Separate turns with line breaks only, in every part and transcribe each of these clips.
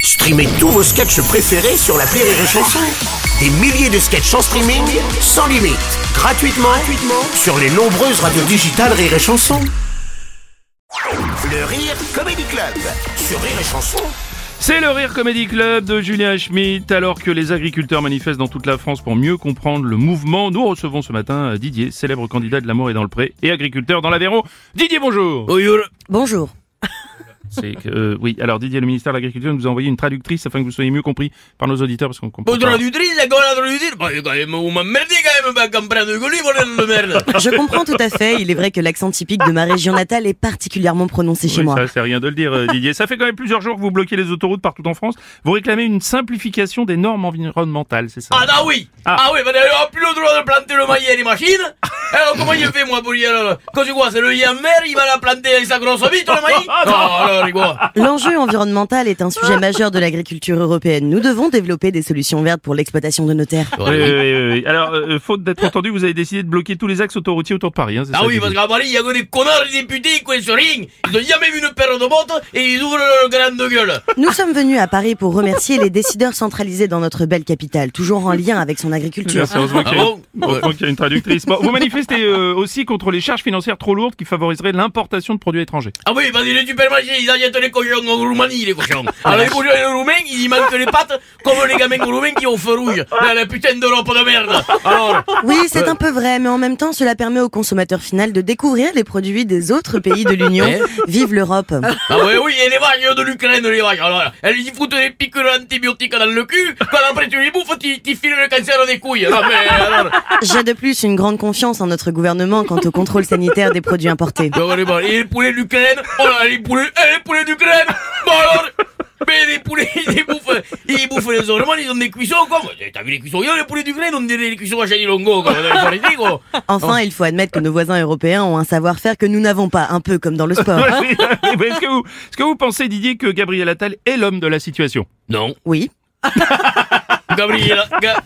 Streamez tous vos sketchs préférés sur la Rire et Chanson. Des milliers de sketchs en streaming, sans limite, gratuitement, gratuitement sur les nombreuses radios digitales Rire et Chanson. Le Rire Comedy Club sur Rire et Chanson.
C'est le Rire Comedy Club de Julien Schmitt. Alors que les agriculteurs manifestent dans toute la France pour mieux comprendre le mouvement, nous recevons ce matin euh, Didier, célèbre candidat de l'amour et dans le pré et agriculteur dans l'Aveyron. Didier, bonjour
Bonjour.
C'est que, euh, Oui, alors Didier, le ministère de l'Agriculture nous a envoyé une traductrice afin que vous soyez mieux compris par nos auditeurs parce qu'on comprend
Votre
pas.
traductrice, d'accord, la traductrice Bah, quand même, vous m'emmerdez quand même, pas comme prendre de colis, bonne de merde
Je comprends tout à fait. Il est vrai que l'accent typique de ma région natale est particulièrement prononcé chez
Oui,
moi.
Ça, c'est rien de le dire, euh, Didier. Ça fait quand même plusieurs jours que vous bloquez les autoroutes partout en France. Vous réclamez une simplification des normes environnementales, c'est ça
Ah, bah oui
Ah.
Ah, oui, mais on n'a plus le droit de planter le maïs et les machines Eh, Alors comment je fais, moi, pour y aller Quand tu vois, c'est le mer, il va la planter avec sa grosse bite, le maïs Non, alors, il quoi
L'enjeu environnemental est un sujet majeur de l'agriculture européenne. Nous devons développer des solutions vertes pour l'exploitation de nos terres.
Oui, oui, oui, oui, oui. Alors, euh, faute d'être entendu, vous avez décidé de bloquer tous les axes autoroutiers autour de Paris. Hein, c'est
Ah
ça,
oui,
Didier
parce qu'à Paris, il y a que des connards, des députés, ils connaissent rien Ils n'ont jamais vu une paire de bottes et ils ouvrent leur grande gueule
Nous sommes venus à Paris pour remercier les décideurs centralisés dans notre belle capitale, toujours en lien avec son agriculture.
Merci, heureusement qu'il y a-
Ah bon
heureusement qu'il y a une traductrice. Bon, vous manifestez euh, aussi contre les charges financières trop lourdes qui favoriseraient l'importation de produits étrangers.
Ah oui, parce que les supermarchés, ils achètent les cochons en Roumanie, les cochons. Alors les cochons roumains, ils y manquent les pattes comme les gamins roumains qui ont feu rouge. Là, la putain d'Europe de merde. Alors,
Oui, c'est un peu vrai, mais en même temps, cela permet au consommateur final de découvrir les produits des autres pays de l'Union. Vive l'Europe.
ah oui, oui, et les vaches de l'Ukraine, les vaches. Alors, elles y foutent des piqûres d'antibiotiques dans le cul. Quand après tu les bouffes, tu, tu files le cancer des couilles. Non, mais alors,
J'ai de plus une grande confiance en notre gouvernement quant au contrôle sanitaire des produits importés.
non, mais bon, et les poulets d'Ukraine, oh là, les poulets, eh, les poulets d'Ukraine. Bon alors. Mais les poulets, ils les bouffent, ils bouffent les ornements, ils ont des cuissons, quoi. T'as vu les cuissons? Yo, les poulets d'Ukraine, on dirait les cuissons à Chalilongo, quoi. Dans les forêts, quoi.
Enfin, il faut admettre que nos voisins européens ont un savoir-faire que nous n'avons pas, un peu comme dans le sport.
Oui, mais Est-ce que, vous- est-ce que vous pensez, Didier, que Gabriel Attal est l'homme de la situation
Non.
Oui.
Gabriel, Ga-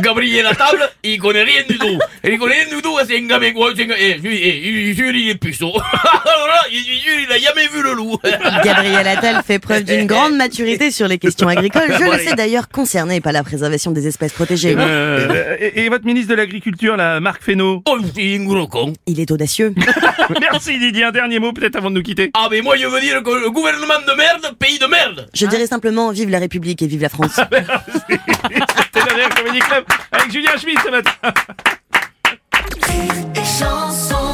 Gabriel à table, il connaît rien du tout. Il connaît rien du tout, c'est un gamin quoi, c'est un gamin. Eh, lui, eh, je suis sûr, il est puceau. Alors là, je suis sûr, il a jamais vu le loup.
Gabriel Attal fait preuve d'une grande maturité sur les questions agricoles. Je le sais d'ailleurs concerné par la préservation des espèces protégées.
Euh, et, et votre ministre de l'Agriculture, là, Marc Fesneau
Oh, c'est un gros con.
Il est audacieux.
Merci, Didier. Un dernier mot, peut-être, avant de nous quitter.
Ah, mais moi, je veux dire que le gouvernement de merde, pays de merde.
Je dirais simplement vive la République et vive la France.
C'était le Rire Comedy Club avec Julien Schmitt ce matin.
chanson.